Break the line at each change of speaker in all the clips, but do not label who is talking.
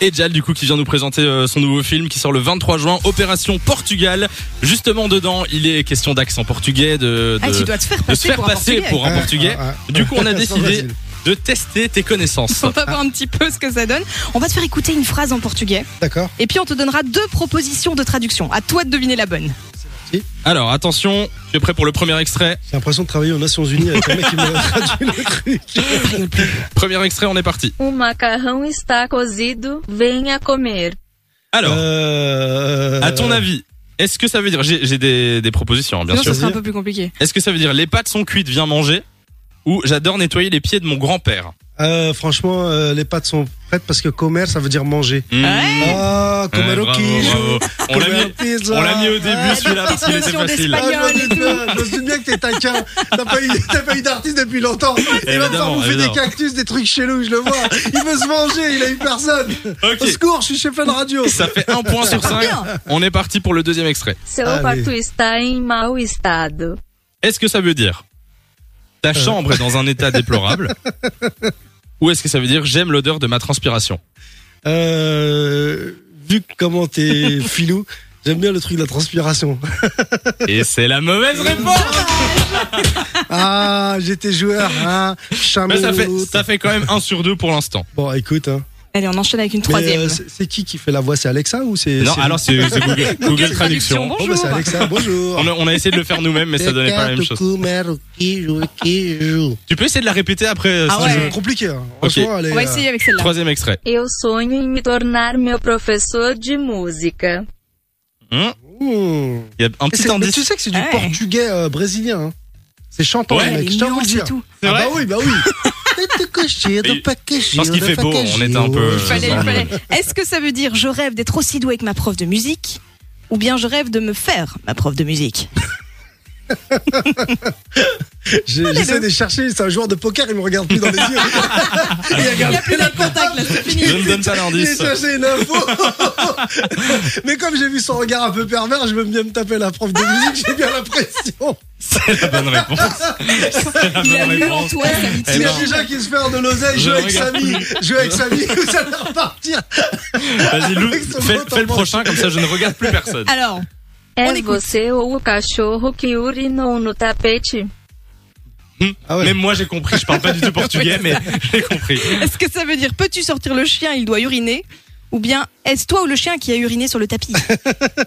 Ejal du coup qui vient nous présenter euh, son nouveau film qui sort le 23 juin, Opération Portugal. Justement dedans, il est question d'accent portugais, de, de,
Ah, tu dois te faire
de se
passer
faire
pour un
passer
Portugais.
pour un
Ouais,
portugais. Ah,
ouais, ouais.
Du coup, on a
Sans
décidé
Brésil.
de tester tes connaissances.
On va voir un petit peu ce que ça donne. On va te faire écouter une phrase en portugais
D'accord.
et puis on te donnera deux propositions de traduction. À toi de deviner la bonne.
Alors attention, tu es prêt pour le premier extrait
J'ai l'impression de travailler aux Nations Unies avec un mec qui m'a traduit le truc.
Premier extrait, on est parti.
O Um macarrão está cozido, venha comer.
Alors,
Euh,
à ton avis, est-ce que ça veut dire j'ai j'ai des, des propositions hein, bien
Sinon,
sûr.
ça sera un peu plus compliqué.
Est-ce que ça veut dire les pâtes sont cuites, viens manger ou j'adore nettoyer les pieds de mon grand-père
euh, franchement, euh, les pâtes sont prêtes parce que comer, ça veut dire manger.
Mmh.
Ah,
Ouais,
comer au
Eh, bravo,
queijo,
bravo. On l'a
comer
mis,
au pizza.
on l'a mis au début
Ah,
celui-là parce qu'il était
notion
facile.
Ah, je me
Espagnol et
doute bien, je me doute bien que t'es taquin. T'as pas eu, t'as pas eu d'artiste depuis longtemps. Il va me faire
Évidemment,
bouffer des
évidemment.
cactus, des trucs chelous, je le vois. Il veut se venger, il a eu personne. Au
Ok,
secours, je suis chef de radio.
ça fait un point sur cinq. On est parti pour le deuxième extrait.
Seu
Ah,
quarto está em mau estado.
Est-ce que ça veut dire ta chambre est dans un état déplorable Ou est-ce que ça veut dire j'aime l'odeur de ma transpiration
Euh, vu comment t'es filou, j'aime bien le truc de la transpiration.
Et c'est la mauvaise réponse
Ah, j'étais joueur, hein. Chameau.
Mais ça fait, ça fait quand même un sur deux pour l'instant.
Bon, écoute, hein.
Allez, on enchaîne avec une
Mais,
troisième.
euh, c'est c'est qui qui fait la voix C'est Alexa ou c'est
Non,
c'est-
alors c'est c'est Google, Google Traduction.
Traduction,
Bon, bah, c'est
bonjour.
Alexa. Bonjour.
On a, on a essayé de le faire nous-mêmes, mais ça donnait pas la même chose. Tu peux essayer de la répéter après euh, si
Ah
tu
ouais.
veux.
C'est compliqué. Hein.
Ok.
Franchement, elle est,
on va
euh,
essayer avec celle-là.
Troisième extrait.
Eu sonho em me tornar meu professor de música.
Hein
hmm.
Il y a un
Et
petit
c'est- mais
indice.
tu sais que c'est du
Ouais.
portugais euh, brésilien. hein. C'est chantant,
Ouais.
le mec.
Les
Je t'avoue le
nuances et
dire.
tout.
C'est
Ah
vrai
bah oui, bah oui. Je
pense qu'il fait beau, on était un peu,
Il fallait,
Euh,
il fallait. Est-ce que ça veut dire je rêve d'être aussi doué que ma prof de musique ou bien je rêve de me faire ma prof de musique
J'ai- J'essaie de chercher, c'est un joueur de poker, il me regarde plus dans les yeux.
Il
il
n'y
regarde
a plus d'être contact là, c'est fini.
Je ne donne pas
J'ai
l'indice.
cherché une info. Mais comme j'ai vu son regard un peu pervers, je veux bien me taper la prof de musique, j'ai bien l'impression.
C'est la bonne réponse. C'est la
Il a
bonne
lu en
réponse.
toi sa
Eh
Il y a
ben,
déjà qui se fait de l'oseille,
je
jouer avec sa
regarde
vie, jouer avec sa vie, vous allez repartir.
Vas-y, Lou,
Avec son
fais,
vote
fais le
en
prochain, comme ça je ne regarde plus personne.
Alors,
É
Olha que-
você ou o cachorro que urinou no tapete?
Ah ouais.
Même moi j'ai compris, je parle pas du tout portugais, mais j'ai compris.
est-ce que ça veut dire peux-tu sortir le chien, il doit uriner ou bien est-ce toi ou le chien qui a uriné sur le tapis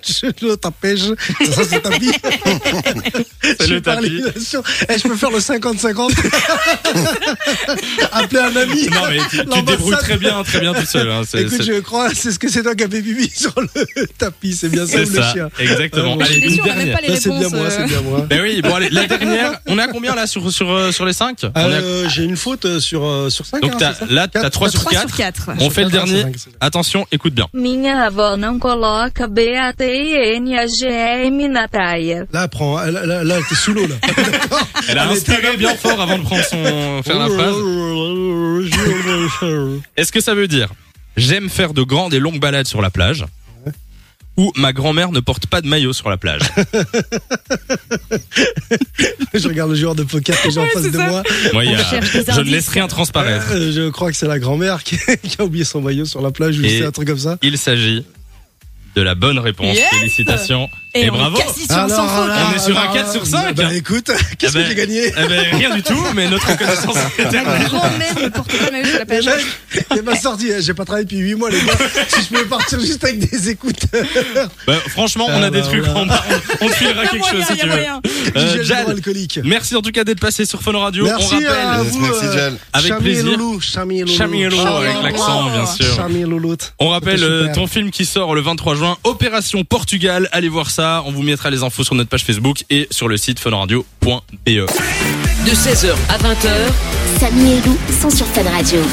Je le tapais, je- ça c'est tapis.
C'est
Je
le
parle
tapis.
innovation. Eh, je peux faire le 50-50. Appeler un ami.
Non mais tu, tu te
L'ambassade.
débrouilles très bien, très bien tout seul. hein, c'est-
Écoute,
c'est-
je crois, c'est ce que c'est toi qui as fait bibi sur le tapis, c'est bien ça,
C'est
ou le
ça,
chien. Euh,
exactement.
Ouais, bon,
Allez,
je suis
une
sûr, on a même
dernière.
pas les
Là, c'est bien
réponses,
moi,
euh.
c'est bien moi.
Ben oui, bon allez, la dernière, on est à combien là sur, sur, euh, sur les 5
Euh, J'ai une faute euh, sur, euh, sur 5.
Donc t'as- là t'as 3 sur
3
4.
sur 4.
On fait le dernier. Attention, écoute bien.
Minha avó não coloca B-A-T-I-N-A-G-M na praia.
Là, prends, euh, là, là, là, t'es sous l'eau, là.
Elle a
Allez,
inspiré bien fort avant de prendre son faire
Oh,
la phrase. Est-ce que ça veut dire j'aime faire de grandes et longues balades sur la plage ou ma grand-mère ne porte pas de maillot sur la plage
je regarde le joueur de poker que j'ai en
Ouais,
face
c'est
de
ça.
moi.
Moi, il y a-
cherche des
Je ne
indices.
laisse rien transparaître.
Euh, je crois que c'est la grand-mère qui, qui a oublié son maillot sur la plage ou
Et-
c'est un truc comme ça.
Il s'agit de la bonne réponse.
Yes
Félicitations et,
Et, on
bravo.
est quasi sur le
Alors,
sans faute.
alors,
On est sur un
alors,
4 sur 5.
Bah écoute, qu'est-ce
Ah
que
ben-
j'ai gagné
Eh ben, rien du tout, mais notre connaissance est
Ma
terminée.
grand-mère ne porte pas de maillot sur la
Les
ben,
plage.
mecs, il m'a sorti, j'ai pas travaillé depuis 8 mois les gars, si je pouvais partir juste avec des écouteurs,
Bah, franchement, on a
Ah
des
bah,
trucs.
voilà.
On, va- on, on te filera
Il y a
quelque
moyen,
chose si
il y a
tu veux.
moyen.
Euh,
j'ai le
Jal,
droit alcoolique.
merci en tout cas d'être passé sur Fun Radio. on
Merci
hein.
rappelle.
à vous,
Merci,
euh,
Jal.
Avec
Chami
plaisir.
et Loulou, Chami et Loulou.
Chami et Loulou,
avec
Loulou.
l'accent, bien
sûr.
Chami et Louloute.
On rappelle
C'était
euh,
super.
ton film qui sort le 23 juin, Opération Portugal. Allez voir ça. On vous mettra les infos sur notre page Facebook et sur le site funradio.be.
De 16h à 20h,
Samy et Lou sont sur Fan Radio.